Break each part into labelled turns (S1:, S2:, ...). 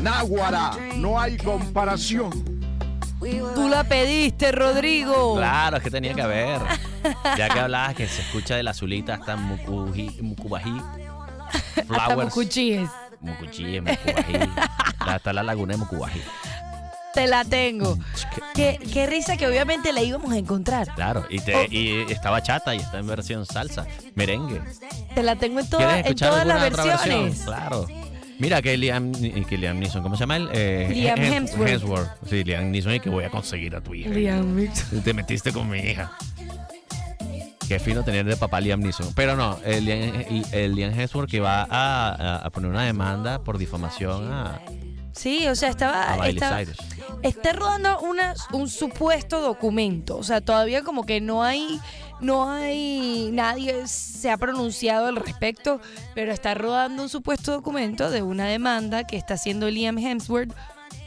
S1: Náguara, no hay comparación.
S2: Tú la pediste, Rodrigo.
S3: Claro, es que tenía que haber. Ya que hablabas que se escucha de la azulita hasta Mucubají, Mucubají
S2: Hasta
S3: Flowers,
S2: Mucuchíes.
S3: Mucuchí, Mucubají, hasta la laguna de Mucubají.
S2: Te la tengo. Qué, qué risa que obviamente la íbamos a encontrar.
S3: Claro, y,
S2: Oh.
S3: te, y estaba chata y está en versión salsa, merengue.
S2: Te la tengo en, toda-
S3: ¿Quieres
S2: en
S3: escuchar
S2: todas las
S3: alguna otra versión?
S2: versiones.
S3: Claro. Mira que Liam, que Liam Neeson, ¿cómo se llama él? Eh,
S2: Liam
S3: Hem-
S2: Hemsworth.
S3: Sí, Liam Neeson y que voy a conseguir a tu hija. Te metiste con mi hija. Qué fino tener de papá Liam Neeson. Pero no, el Liam, el- el Liam Hemsworth que va a, a- a poner una demanda por difamación a,
S2: Sí, o sea,
S3: a
S2: estaba,
S3: Miley
S2: Ah, estaba-
S3: Cyrus.
S2: está rodando una, un supuesto documento. O sea, todavía como que no hay, no hay, nadie se ha pronunciado al respecto, pero está rodando un supuesto documento de una demanda que está haciendo Liam Hemsworth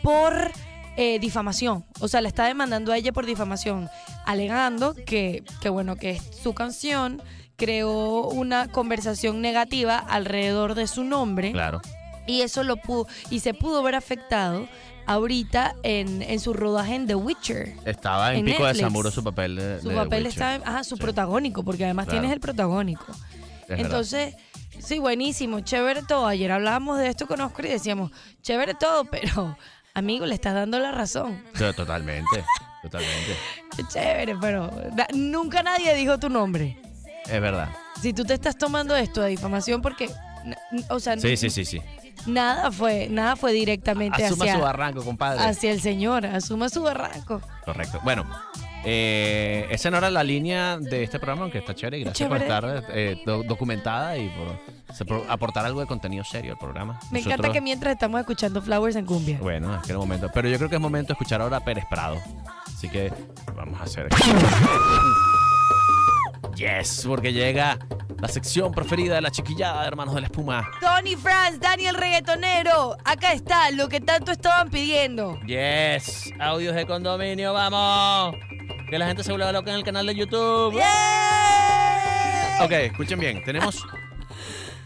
S2: por eh, difamación. O sea, la está demandando a ella por difamación, alegando que, que bueno, que es su canción creó una conversación negativa alrededor de su nombre
S3: Claro.
S2: y eso lo pudo y se pudo ver afectado ahorita en, en su rodaje en The Witcher.
S3: Estaba en,
S2: En
S3: Pico de
S2: Netflix.
S3: Zamuro su papel de,
S2: Su
S3: de The
S2: papel
S3: Witcher.
S2: está, en- ajá, su
S3: Sí,
S2: protagónico, porque además
S3: Claro.
S2: tienes el protagónico.
S3: es verdad.
S2: Entonces, sí, buenísimo, chévere todo. Ayer hablábamos de esto con Oscar y decíamos, chévere todo, pero amigo, le estás dando la razón.
S3: Sí, Totalmente, totalmente.
S2: Chévere, pero na- nunca nadie dijo tu nombre.
S3: Es verdad.
S2: Si tú te estás tomando esto de difamación porque na- o sea,
S3: Sí, sí, sí, sí.
S2: nada fue, nada fue directamente
S3: Asuma
S2: hacia
S3: su barranco, compadre.
S2: hacia el señor, asuma su barranco.
S3: Correcto. Bueno, eh, esa no era la línea de este programa, aunque está chévere. y Gracias por
S2: Chévere.
S3: estar eh, do- documentada y por, se- por aportar algo de contenido serio al programa.
S2: Me encanta
S3: Nosotros-
S2: que mientras estamos escuchando Flowers en cumbia.
S3: Bueno, es que era momento. Pero yo creo que es momento de escuchar ahora a Pérez Prado. Así que vamos a hacer. Yes, porque llega la sección preferida de la chiquillada de Hermanos de la Espuma.
S2: Tony Franz, Daniel Reggaetonero, acá está lo que tanto estaban pidiendo.
S3: Yes, audios de condominio, vamos. Que la gente se vuelva loca en el canal de YouTube. Ok, escuchen bien. Tenemos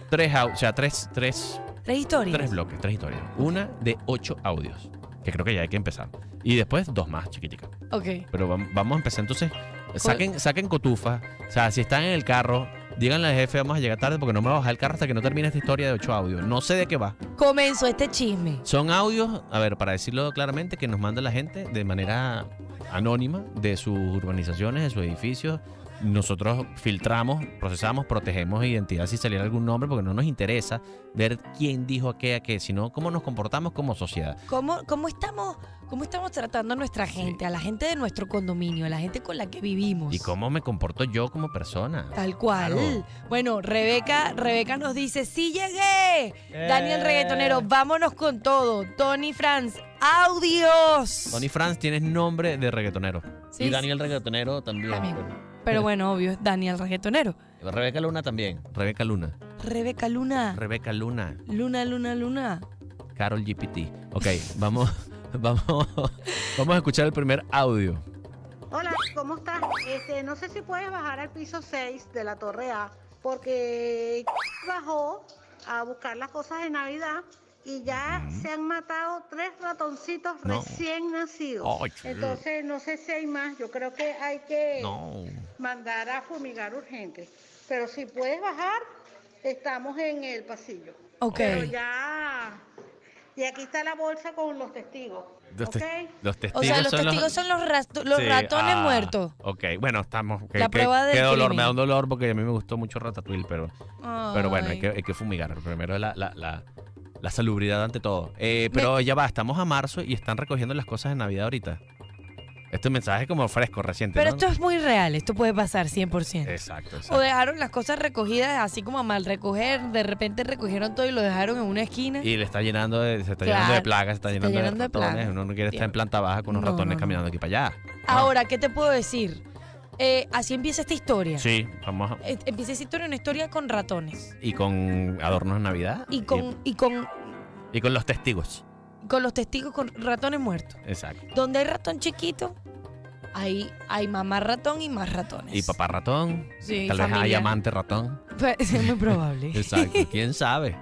S3: tres, au- o sea, tres, tres,
S2: Tres historias.
S3: tres bloques, tres historias. Una de ocho audios, que creo que ya hay que empezar. Y después dos más chiquiticas.
S2: Ok.
S3: Pero vam- vamos a empezar entonces. Saquen, saquen cotufa. O sea, si están en el carro, díganle al jefe, vamos a llegar tarde porque no me voy a bajar el carro hasta que no termine esta historia de ocho audios. No sé de qué va.
S2: Comenzó este chisme.
S3: Son audios, a ver, para decirlo claramente, que nos manda la gente de manera anónima de sus urbanizaciones, de sus edificios. Nosotros filtramos, procesamos, protegemos identidad si saliera algún nombre, porque no nos interesa ver quién dijo a qué a qué, sino cómo nos comportamos como sociedad.
S2: ¿Cómo, cómo, estamos, ¿Cómo estamos tratando a nuestra gente, a la gente de nuestro condominio, a la gente con la que vivimos?
S3: Y cómo me comporto yo como persona.
S2: Tal cual.
S3: Claro.
S2: Bueno, Rebeca, Rebeca nos dice, sí llegué.
S3: Eh.
S2: Daniel Reggaetonero, vámonos con todo. Tony Franz, audios.
S3: Tony Franz tienes nombre de reggaetonero.
S2: Sí,
S3: y
S2: sí.
S3: Daniel Reggaetonero también.
S2: También. Pero bueno, obvio, es Daniel Reggaetonero.
S3: Rebeca Luna también. Rebeca Luna.
S2: Rebeca Luna.
S3: Rebeca Luna.
S2: Luna, Luna, Luna.
S3: Carol GPT. Ok, vamos, vamos, vamos a escuchar el primer audio.
S4: Hola, ¿cómo estás? Este, no sé si puedes bajar al piso 6 de la Torre A, porque bajó a buscar las cosas de Navidad y ya se han matado tres ratoncitos
S3: No.
S4: recién nacidos.
S3: Ay, sí.
S4: Entonces, no sé si hay más. Yo creo que hay que
S3: No.
S4: mandar a fumigar urgente. Pero si puedes bajar, estamos en el pasillo.
S2: Ok.
S4: Pero ya. Y aquí está la bolsa con los testigos.
S3: Los,
S4: ¿ok?
S3: te- los testigos
S2: O sea, los
S3: son
S2: testigos son los, rato- los
S3: Sí,
S2: ratones
S3: ah,
S2: muertos.
S3: Ok, bueno, estamos. Qué,
S2: La
S3: qué-
S2: prueba del
S3: qué dolor,
S2: crimen.
S3: me da un dolor porque a mí me gustó mucho Ratatouille, pero, pero bueno, hay
S2: Ay.
S3: que, hay que fumigar. Primero la, la, la, la salubridad ante todo. Eh, pero ya va, estamos a marzo y están recogiendo las cosas de Navidad ahorita. Este mensaje es como fresco, reciente.
S2: Pero
S3: ¿no?
S2: esto es muy real, esto puede pasar 100%.
S3: Exacto,
S2: O
S3: exacto.
S2: dejaron las cosas recogidas así como a mal recoger, de repente recogieron todo y lo dejaron en una esquina.
S3: Y le está llenando de, se está
S2: Claro,
S3: llenando de plagas, se está
S2: se
S3: llenando,
S2: está llenando de
S3: de ratones.
S2: plagas.
S3: Uno no quiere estar en
S2: Tiene-
S3: planta baja con unos
S2: No,
S3: ratones
S2: no, no.
S3: caminando aquí para allá.
S2: Ahora, ¿qué te puedo decir? Eh, así empieza esta historia.
S3: Sí, vamos. a-
S2: Eh, Empieza esta historia, una historia con ratones.
S3: Y con adornos de Navidad.
S2: Y con, y con,
S3: y, con los testigos.
S2: con los testigos, con ratones muertos.
S3: Exacto.
S2: Donde hay ratón chiquito, hay, hay mamá ratón y más ratones.
S3: Y papá ratón.
S2: Sí,
S3: tal vez
S2: familia.
S3: hay amante ratón.
S2: Pues, es muy probable.
S3: Exacto. ¿Quién sabe?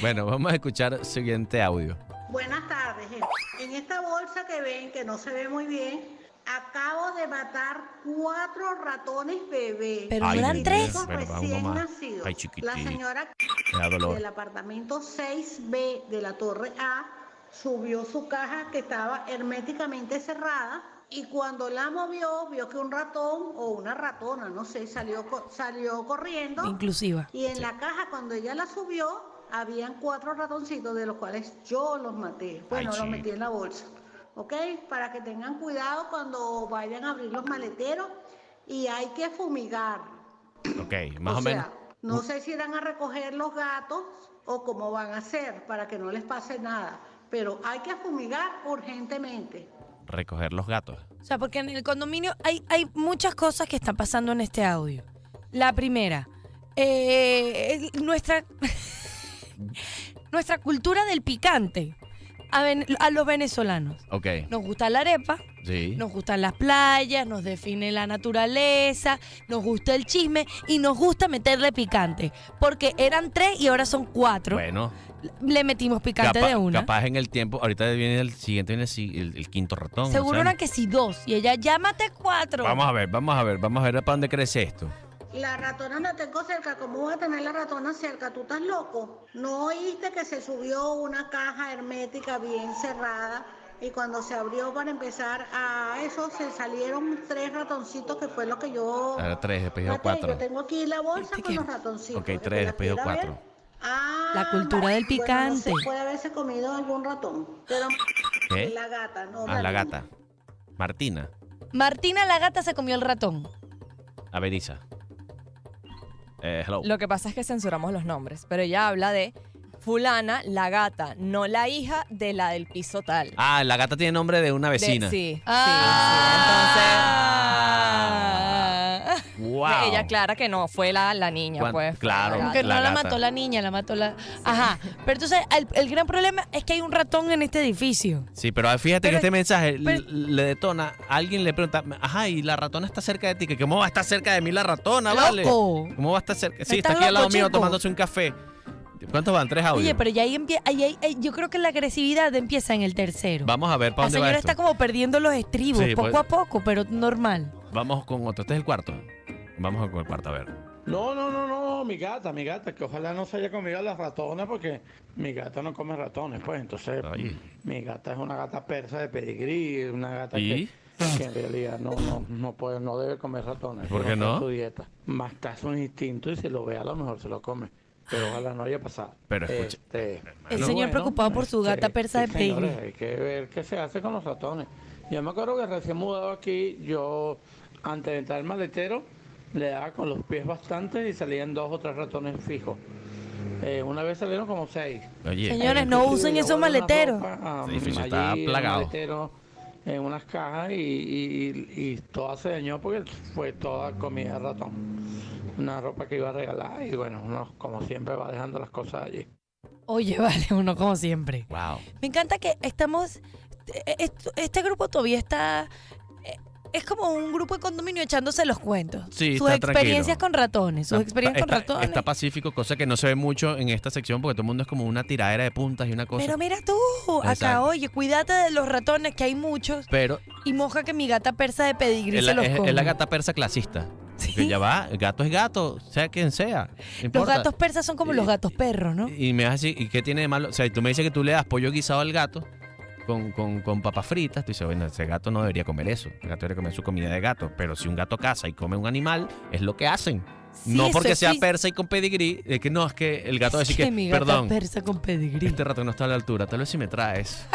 S3: Bueno, vamos a escuchar siguiente audio.
S4: Buenas tardes, gente. En esta bolsa que ven, que no se ve muy bien, acabo de matar cuatro ratones bebé.
S2: Pero no eran
S4: Y
S2: tres.
S4: chicos
S3: Bueno, va uno
S4: recién
S3: más.
S4: nacidos.
S3: Ay, chiquitito.
S4: La señora
S3: Me da dolor.
S4: del apartamento 6B de la Torre A subió su caja que estaba herméticamente cerrada y cuando la movió vio que un ratón o una ratona, no sé, salió, co- salió corriendo.
S2: Inclusiva.
S4: Y en la caja, cuando ella la subió, habían cuatro ratoncitos, de los cuales yo los maté. Bueno, los
S3: chico.
S4: metí en la bolsa. ¿Ok? Para que tengan cuidado cuando vayan a abrir los maleteros y hay que fumigar.
S3: Ok, más o,
S4: sea,
S3: menos. Uh,
S4: No sé si irán a recoger los gatos o cómo van a hacer para que no les pase nada. Pero hay que fumigar urgentemente.
S3: Recoger los gatos.
S2: O sea, porque en el condominio hay, hay muchas cosas que están pasando en este audio. La primera, eh, el- nuestra, nuestra cultura del picante a, ven- a los venezolanos.
S3: Ok,
S2: Nos gusta la arepa,
S3: sí.
S2: nos gustan las playas, nos define la naturaleza, nos gusta el chisme y nos gusta meterle picante. Porque eran tres y ahora son cuatro.
S3: Bueno,
S2: Le metimos picante
S3: capa-
S2: de una.
S3: capaz en el tiempo, ahorita viene el siguiente, viene el, si- el- el quinto ratón. o
S2: Seguro
S3: sea,
S2: una que sí dos. Y ella, llámate cuatro.
S3: Vamos a ver, vamos a ver, vamos a ver para dónde crece esto.
S4: La ratona la tengo cerca, ¿cómo voy a tener la ratona cerca? ¿Tú estás loco? ¿No oíste que se subió una caja hermética bien cerrada? Y cuando se abrió para empezar a eso, se salieron tres ratoncitos, que fue lo que yo...
S3: Ahora Ah, tres, después dijo
S4: maté.
S3: cuatro.
S4: Oh, Yo tengo aquí la bolsa
S2: Este
S4: con
S2: que-
S4: los ratoncitos.
S3: Ok,
S4: El que
S3: tres,
S4: la
S3: después dijo
S4: quiera ver.
S3: cuatro.
S4: Ah,
S2: La cultura del
S4: bueno, no sé,
S2: picante.
S4: puede haberse comido algún ratón. Pero
S3: ¿Qué?
S4: la gata, no.
S3: A ¿Eh? Ah, la
S4: ratón.
S3: gata. Martina.
S2: Martina la gata se comió el ratón.
S3: Averiza. Eh, hello.
S5: Lo que pasa es que censuramos los nombres, pero ella habla de fulana, la gata, no la hija de la del piso tal.
S3: Ah, la gata tiene nombre de una
S5: De-
S3: vecina.
S5: sí, sí,
S2: Ah.
S5: sí, entonces...
S3: Wow.
S5: Ella aclara que no, fue la, la niña,
S3: Cuan-
S5: pues. fue
S3: claro,
S5: la
S2: Aunque
S5: gata.
S2: no la
S3: gata.
S2: mató la niña, la mató la. Ajá. Pero entonces, el, el gran problema es que hay un ratón en este edificio.
S3: Sí, pero fíjate
S2: Pero-
S3: que este mensaje
S2: pero-
S3: le detona. Alguien le pregunta, ajá, y la ratona está cerca de ti. que ¿Cómo va a estar cerca de mí la ratona, vale?
S2: ¡Loco!
S3: ¿Cómo va a estar cerca? Sí,
S2: ¿Estás
S3: está aquí al lado
S2: loco,
S3: mío
S2: chico?
S3: tomándose un café. ¿Cuántos van? ¿Tres audios?
S2: Oye, pero ya ahí empieza. yo creo que la agresividad empieza en el tercero.
S3: Vamos a ver
S2: La
S3: para dónde va
S2: señora
S3: esto.
S2: está como perdiendo los estribos,
S3: Sí,
S2: poco
S3: pues-
S2: a poco, pero normal.
S3: Vamos con otro. Este es el cuarto. Vamos con el cuarto, a ver.
S6: No, no, no, no, mi gata, mi gata, que ojalá no se haya comido a las ratones porque mi gata no come ratones, pues entonces
S3: Ay.
S6: mi gata es una gata persa de pedigrí, una gata
S3: ¿Y?
S6: que, que en realidad no, no, no puede, no debe comer ratones.
S3: ¿Por qué
S6: está
S3: no?
S6: en Su dieta. Más está su instinto y si lo ve a lo mejor se lo come, pero ojalá no haya pasado.
S3: Pero escucha-
S6: Este,
S2: El señor preocupado por su gata persa de
S6: sí, este, señores,
S2: pedigrí.
S6: Hay que ver qué se hace con los ratones. Yo me acuerdo que recién mudado aquí, yo antes de entrar al maletero, le daba con los pies bastante y salían dos o tres ratones fijos. Eh, una vez salieron como seis.
S3: Oye.
S2: Señores, no
S6: Inclusive
S2: usen
S6: le
S2: esos
S6: guardo una
S2: maleteros.
S6: ropa,
S3: Ese edificio
S6: um,
S3: está
S6: allí en el
S3: plagado.
S6: maletero, en unas cajas y, y- y- y toda se dañó porque fue toda comida de ratón. Una ropa que iba a regalar y bueno, uno como siempre va dejando las cosas allí.
S2: Oye, vale, uno como siempre.
S3: Wow.
S2: Me encanta que estamos. e- est- Este grupo todavía está. e- Es como un grupo de condominio echándose los cuentos.
S3: Sí,
S2: sus
S3: está
S2: experiencias
S3: tranquilo.
S2: con ratones. Sus
S3: Está-
S2: experiencias
S3: está-
S2: con ratones.
S3: Está pacífico, cosa que no se ve mucho en esta sección porque todo el mundo es como una tiradera de puntas y una cosa.
S2: Pero mira tú, acá,
S3: Exacto.
S2: oye, cuídate de los ratones, que hay muchos.
S3: Pero
S2: Y moja que mi gata persa de pedigrí
S3: es
S2: se
S3: la,
S2: los
S3: es-
S2: come.
S3: es la gata persa clasista.
S2: Sí.
S3: Que ya va, el gato es gato, sea quien sea. no
S2: Los
S3: importa.
S2: gatos persas son como los gatos perros, ¿no?
S3: Y me vas así, ¿y qué tiene de malo? O sea, y tú me dices que tú le das pollo guisado al gato con, con, con papas fritas. Tú dices, bueno, ese gato no debería comer eso. El gato debería comer su comida de gato. Pero si un gato caza y come un animal, es lo que hacen.
S2: Sí,
S3: no
S2: eso
S3: porque
S2: es
S3: sea
S2: fis-
S3: persa y con pedigrí, es que no, es que el gato va a
S2: Es
S3: decir que,
S2: mi gata
S3: perdón,
S2: persa con pedigrí.
S3: este rato no está a la altura. Tal vez si me traes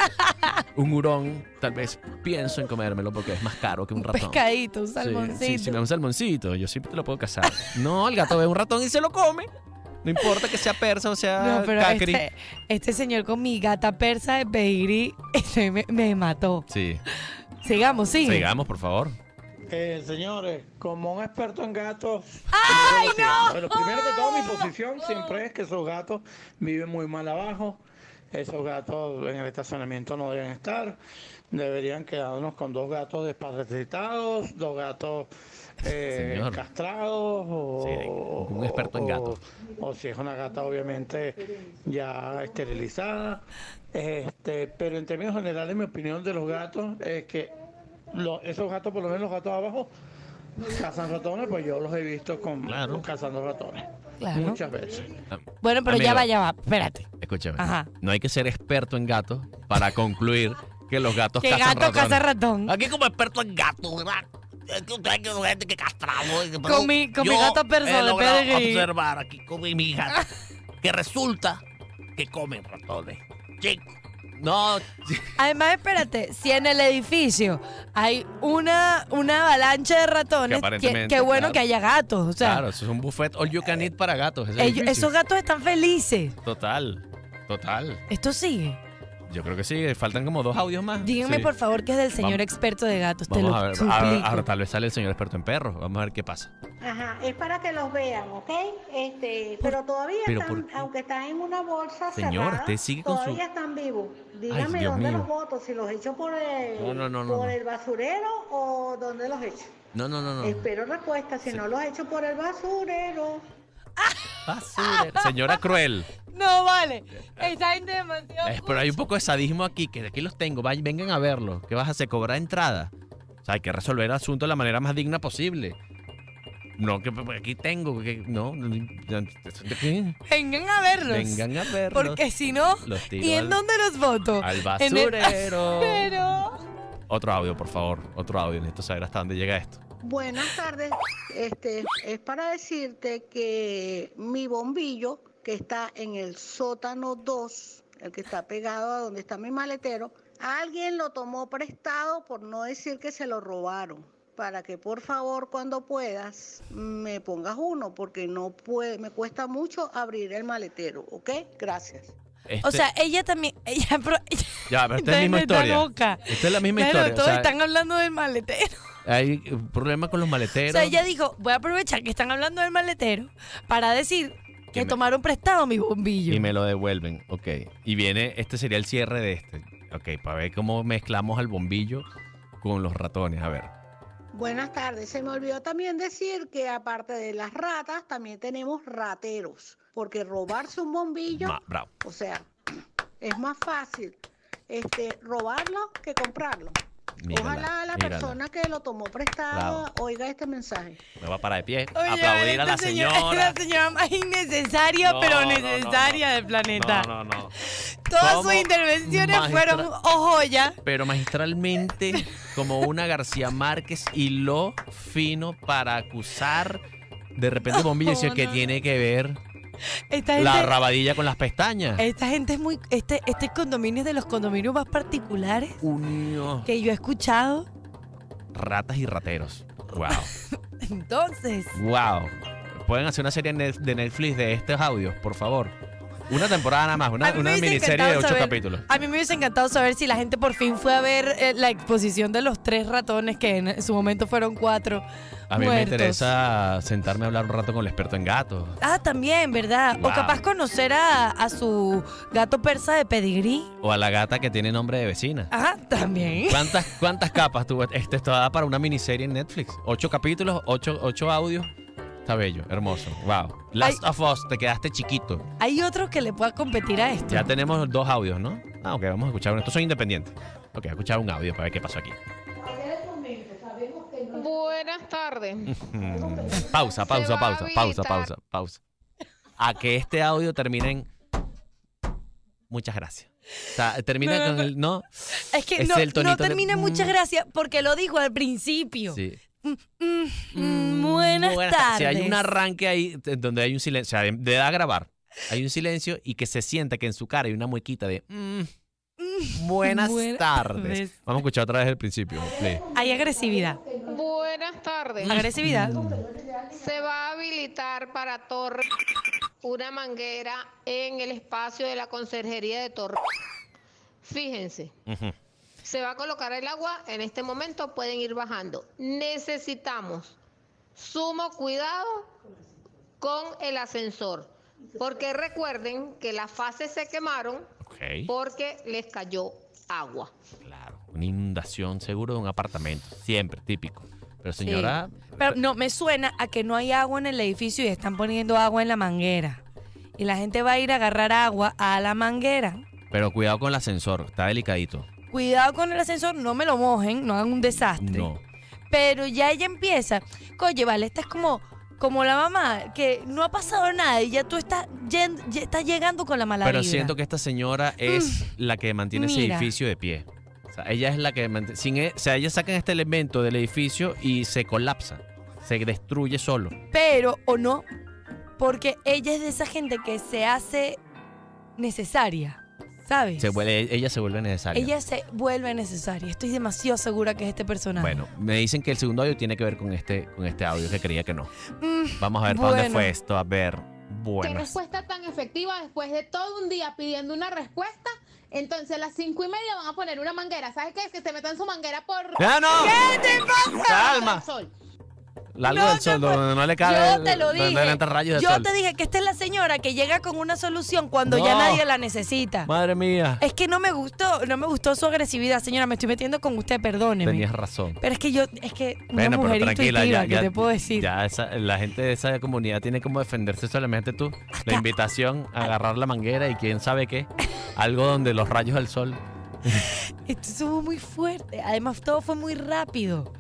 S3: un hurón, tal vez pienso en comérmelo porque es más caro que un
S2: un
S3: ratón.
S2: pescadito, un
S3: Sí,
S2: salmoncito.
S3: Sí, sí, me da un salmoncito, yo siempre te lo puedo cazar. No, el gato ve un ratón y se lo come. No importa que sea persa o sea
S2: No, pero
S3: cacri.
S2: este, este señor con mi gata persa de pedigrí este, me, me mató.
S3: Sí.
S2: Sigamos, sí.
S3: Sigamos, por favor.
S6: Eh, señores, como un experto en gatos. ¡Ay, no! Bueno, primero que todo, mi posición siempre es que esos gatos viven muy mal abajo. Esos gatos en el estacionamiento no deben estar. Deberían quedarnos con dos gatos desparasitados, dos gatos eh,
S3: Señor.
S6: castrados o,
S3: Sí, un experto en gatos.
S6: O, o si es una gata, obviamente, ya esterilizada. Este, pero en términos generales, mi opinión de los gatos es que lo- esos gatos, por lo menos los gatos abajo, cazan ratones, pues yo los he visto con,
S3: Claro.
S6: con cazando ratones.
S2: Claro.
S6: Muchas veces.
S3: Ah,
S2: Bueno, pero ya
S3: amigo,
S2: va, ya va. Espérate.
S3: Escúchame.
S2: Ajá.
S3: No hay que ser experto en gatos para concluir que los gatos
S2: Que
S3: cazan
S2: gato
S3: ratones.
S2: caza ratón.
S3: Aquí como experto en gatos, ¿verdad? Es que ustedes que son gente que castramos. Con
S2: mi- con mi gato persona,
S3: he logrado
S2: Pedro, y-
S3: observar aquí con mi mi gato que resulta que comen ratones. Chico. No,
S2: Además, espérate, si en el edificio hay una, una avalancha de ratones,
S3: Que
S2: qué,
S3: aparentemente,
S2: qué bueno
S3: claro.
S2: que haya gatos. O sea,
S3: claro, eso es un buffet all you can eat para gatos. ese
S2: ellos-
S3: edificio.
S2: esos gatos están felices.
S3: Total, total.
S2: Esto sigue.
S3: Yo creo que sí, faltan como dos audios más.
S2: Díganme,
S3: Sí.
S2: por favor, que es del señor
S3: Vamos-
S2: experto de gatos. Te
S3: Vamos
S2: lo
S3: a ver,
S2: suplico.
S3: ahora- ahora tal vez sale el señor experto en perros. Vamos a ver qué pasa.
S4: Ajá, es para que los vean, ¿ok? Este, pero todavía
S3: pero
S4: están,
S3: por qué?
S4: aunque están en una bolsa
S3: Señor,
S4: cerrada,
S3: usted sigue con su-
S4: todavía están vivos. Dígame
S3: Dios
S4: dónde
S3: mío.
S4: los boto, si los echo por el,
S3: No, no, no, no,
S4: por
S3: no.
S4: el basurero o dónde los echo.
S3: No, no, no,
S2: Este-
S3: no.
S4: Espero respuesta, si no los echo por el basurero.
S3: Basura. Señora cruel.
S2: No, vale. Está gente demasiado.
S3: Eh, pero hay un poco de sadismo aquí, que aquí los tengo. Vayan- vengan a verlo. ¿Qué vas a hacer? ¿Cobrar entrada? O sea, hay que resolver el asunto de la manera más digna posible. No, que que aquí tengo. Que, no, no, no, ¿qué?
S2: Vengan a verlos.
S3: Vengan a verlo.
S2: porque si no,
S3: los tiro
S2: ¿y en
S3: al-
S2: dónde los voto?
S3: Al
S2: En el
S3: basurero.
S2: basurero.
S3: Otro audio, por favor. Otro audio. Necesito saber hasta dónde llega esto.
S4: Buenas tardes. Este es para decirte que mi bombillo, que está en el sótano 2, el que está pegado a donde está mi maletero, alguien lo tomó prestado por no decir que se lo robaron. Para que por favor cuando puedas me pongas uno, porque no puede, me cuesta mucho abrir el maletero, ¿ok? Gracias.
S2: O
S3: Este-
S2: sea, ella también. Ella, pero,
S3: ya, pero esta es la misma
S2: no está
S3: historia.
S2: loca.
S3: Esta es la misma
S2: Claro,
S3: historia. o
S2: todos
S3: sea,
S2: están hablando del maletero.
S3: Hay un problema con los
S2: O
S3: maleteros.
S2: sea, ella dijo, voy a aprovechar que están hablando del maletero para decir que,
S3: Que me-
S2: tomaron prestado mi bombillo.
S3: Y me lo devuelven, ok. Y viene, este sería el cierre de este. Ok, para ver cómo mezclamos al bombillo con los ratones. A ver.
S4: Buenas tardes. Se me olvidó también decir que aparte de las ratas, también tenemos rateros, porque robarse un bombillo
S3: Ma- bravo.
S4: O sea, es más fácil este, robarlo que comprarlo.
S3: Mírala,
S4: Ojalá la
S3: mírala.
S4: persona que lo tomó prestado
S3: Bravo.
S4: oiga este mensaje.
S3: Me va a parar de pie.
S2: Oye,
S3: aplaudir a
S2: esta
S3: la
S2: señora-
S3: señora.
S2: Es la señora más innecesaria,
S3: No,
S2: pero
S3: no, no, no,
S2: necesaria
S3: no.
S2: del planeta.
S3: No, no, no.
S2: Todas
S3: ¿Cómo
S2: sus intervenciones
S3: magistra-
S2: fueron o joya.
S3: Pero magistralmente, como una García Márquez, hiló fino para acusar de repente bombillo. y decir,
S2: No,
S3: ¿qué
S2: no,
S3: tiene que ver
S2: Esta
S3: la
S2: gente,
S3: rabadilla con las pestañas?
S2: esta gente es muy. Este, este condominio es de los condominios más particulares
S3: Unió.
S2: que yo he escuchado.
S3: Ratas y rateros. Wow.
S2: Entonces,
S3: Wow. Pueden hacer una serie en Netf- de Netflix de estos audios, por favor. Una temporada nada más,
S2: A
S3: una,
S2: mí me
S3: una
S2: hubiese
S3: miniserie de
S2: encantado
S3: ocho
S2: saber-
S3: capítulos.
S2: a mí me hubiese encantado saber si la gente por fin fue a ver eh, la exposición de los tres ratones, que en su momento fueron cuatro.
S3: A mí me
S2: muertos.
S3: interesa sentarme a hablar un rato con el experto en gatos.
S2: Ah, también, ¿verdad? O
S3: Wow.
S2: capaz conocer a, a su gato persa de pedigrí.
S3: O a la gata que tiene nombre de vecina.
S2: Ah, también.
S3: ¿Cuántas, cuántas capas tuvo? Este esto da para una miniserie en Netflix. Ocho capítulos, ocho, ocho audios. Está bello, hermoso. Wow. Last of Us, te quedaste chiquito.
S2: Hay otros que le pueda competir a este. esto.
S3: Ya tenemos dos audios, ¿no? Ah, ok, vamos a escuchar uno. Estos son independientes. Ok, voy a escuchar un audio para ver qué pasó aquí.
S7: Buenas tardes.
S3: Mm, Pausa, pausa, pausa,
S7: va a
S3: pausa,
S7: habilitar.
S3: pausa, pausa. A que este audio termine en. Muchas gracias. O sea, termina
S2: No, no,
S3: con el. No.
S2: Es que
S3: Es
S2: no,
S3: el
S2: no
S3: tonito de-
S2: termina muchas
S3: Mm.
S2: gracias porque lo dijo al principio.
S3: Sí.
S2: Mm, mm, buenas, tardes.
S3: Si hay un arranque ahí te- donde hay un silencio, o sea, de da a grabar, hay un silencio y que se sienta que en su cara hay una muequita de. mm, buenas
S2: Mm. buenas
S3: tardes.
S2: tardes.
S3: Vamos a escuchar otra vez el principio. Play.
S2: Hay agresividad.
S7: Buenas tardes.
S2: Agresividad.
S7: Se va a habilitar para Torre una manguera en el espacio de la conserjería de Torre. Fíjense,
S3: Ujú.
S7: se va a colocar el agua. En este momento pueden ir bajando. Necesitamos sumo cuidado con el ascensor. Porque recuerden que las fases se quemaron
S3: Ok.
S7: porque les cayó agua.
S3: Claro. Una inundación seguro de un apartamento. Siempre, típico. Pero señora,
S2: Sí. Pero no, me suena a que no hay agua en el edificio y están poniendo agua en la manguera. Y la gente va a ir a agarrar agua a la manguera.
S3: pero cuidado con el ascensor, está delicadito.
S2: Cuidado con el ascensor, no me lo mojen, no hagan un desastre.
S3: No.
S2: Pero ya ella empieza. Oye, vale, esta es como, como la mamá, que no ha pasado nada y ya tú estás, yen- ya estás llegando con la mala
S3: Pero
S2: vibra. Mm.
S3: siento que esta señora es la que mantiene ese
S2: mira.
S3: edificio de pie. O sea, ella es la que mantiene. Sin e- o sea, ellas sacan este elemento del edificio y se colapsa. Se destruye solo.
S2: Pero, o no, porque ella es de esa gente que se hace necesaria, ¿sabes?
S3: Se vuelve, ella se vuelve necesaria.
S2: Ella se vuelve necesaria. Estoy demasiado segura que es este personaje.
S3: Bueno, me dicen que el segundo audio tiene que ver con este, con este audio que creía que no.
S2: Mm,
S3: Vamos a ver para dónde
S2: Bueno.
S3: fue esto. A ver.
S8: Qué
S3: Bueno.
S8: respuesta tan efectiva después de todo un día pidiendo una respuesta. Entonces a las cinco y media van a poner una manguera. ¿Sabes qué? Es que se metan su manguera por
S3: ¡Ah, no! ¡Calma!
S8: el sol.
S3: La luz
S2: No
S3: del
S2: te
S3: sol,
S2: puedo-
S3: donde no le cabe.
S2: Yo te lo
S3: donde no
S2: dije.
S3: le entran rayos de
S2: Yo
S3: sol.
S2: te dije que esta es la señora que llega con una solución cuando ya
S3: No.
S2: nadie la necesita.
S3: Madre mía.
S2: Es que no me gustó, no me gustó su agresividad, señora. Me estoy metiendo con usted, perdóneme.
S3: Tenías razón.
S2: Pero es que yo, es que una
S3: Bueno,
S2: mujer
S3: pero tranquila,
S2: intuitiva,
S3: ya,
S2: ¿qué
S3: ya-
S2: te puedo decir?
S3: ya esa- la gente de esa comunidad tiene como defenderse solamente tú.
S2: Acá-
S3: La invitación a agarrar la manguera y quién sabe qué. Algo donde los rayos del sol.
S2: Esto estuvo muy fuerte. Además, todo fue muy rápido.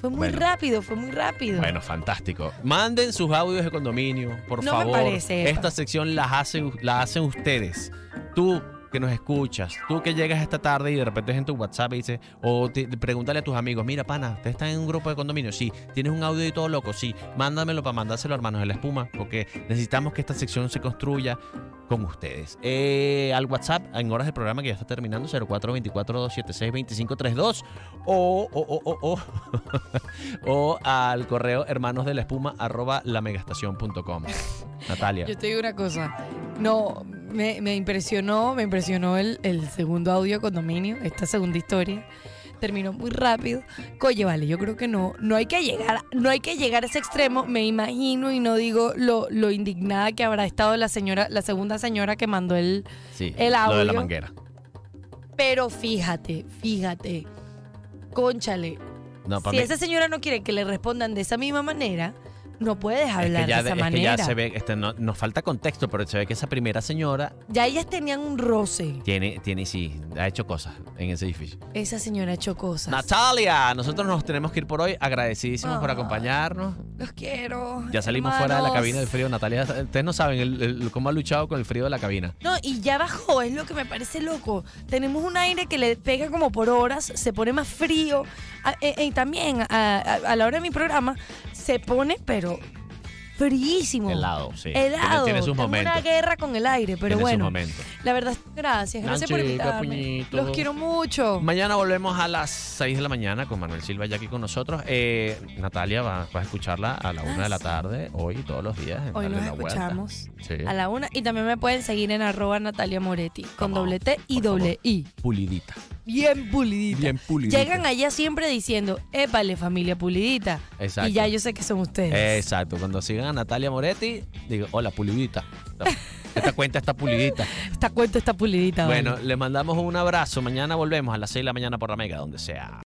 S2: Fue muy
S3: Bueno.
S2: rápido, fue muy rápido.
S3: Bueno, fantástico. Manden sus audios de condominio, por
S2: No me
S3: favor.
S2: parece, Epa.
S3: Esta sección las hacen, la hacen ustedes. Tú que nos escuchas, tú que llegas esta tarde y de repente es en tu WhatsApp y dices, o te- pregúntale a tus amigos, mira, pana, ¿ustedes están en un grupo de condominio? Sí. ¿Tienes un audio y todo loco? Sí. Mándamelo para mandárselo a Hermanos de la Espuma, porque necesitamos que esta sección se construya con ustedes. Eh, al WhatsApp, en horas del programa que ya está terminando, 0424-276-2532 o, o, o, o, o, o al correo hermanos de la espuma arroba lamegastacion.com. Natalia.
S2: Yo te digo una cosa. No, me, me impresionó, me impresionó el, el segundo audio de condominio, esta segunda historia. Terminó muy rápido. Coye, vale, yo creo que no, no hay que llegar, no hay que llegar a ese extremo, me imagino, y no digo lo, lo indignada que habrá estado la señora, la segunda señora que mandó el.
S3: Sí,
S2: el
S3: Lo de la
S2: audio.
S3: manguera.
S2: Pero fíjate, fíjate. Conchale,
S3: No, para
S2: si
S3: mí.
S2: esa señora no quiere que le respondan de esa misma manera, no puedes
S3: es
S2: hablar
S3: que ya,
S2: de esa
S3: de- es que ya
S2: manera.
S3: se ve, este, no- nos falta contexto, pero se ve que esa primera señora
S2: ya ellas tenían un roce.
S3: tiene, tiene sí, ha hecho cosas en ese edificio.
S2: Esa señora echó cosas.
S3: Natalia, nosotros nos tenemos que ir por hoy. Agradecidísimos por
S2: Ay.
S3: acompañarnos.
S2: Los quiero.
S3: Ya salimos fuera de la
S2: Ah. hermanos.
S3: cabina del frío. Natalia, ustedes no saben el- el- cómo ha luchado con el frío de la cabina.
S2: No, y ya bajó, es lo que me parece loco. Tenemos un aire que le pega como por horas, se pone más frío. Ah, eh, eh, también a, a- a la hora de mi programa se pone, pero fríísimo.
S3: Helado, sí. Tiene-
S2: Helado.
S3: Tiene, sus
S2: Estamos en
S3: momentos.
S2: una guerra con el aire, pero
S3: tiene sus
S2: bueno.
S3: momentos.
S2: La verdad, gracias. Gracias por
S3: Nancy,
S2: invitarme.
S3: capuñito.
S2: Los quiero mucho.
S3: Mañana volvemos a las 6 de la mañana con Manuel Silva ya aquí con nosotros. Eh, Natalia va, vas a escucharla a la 1 de la tarde, hoy y todos los días. en
S2: Ah, Hoy
S3: Dale
S2: nos
S3: la Vuelta.
S2: escuchamos
S3: Sí.
S2: a la una. Y también me pueden seguir en arroba Natalia Moretti con
S3: Vamos,
S2: doble T y
S3: por favor.
S2: doble I.
S3: Pulidita.
S2: Bien pulidita.
S3: Bien pulidita.
S2: Llegan allá siempre diciendo, épale familia pulidita.
S3: Exacto.
S2: Y ya yo sé que son ustedes.
S3: Exacto. Cuando sigan a Natalia Moretti, digo, hola, pulidita. Esta cuenta está pulidita.
S2: Esta cuenta está pulidita.
S3: Bueno,
S2: vale.
S3: les mandamos un abrazo. Mañana volvemos a las 6 de la mañana por la Mega, donde sea.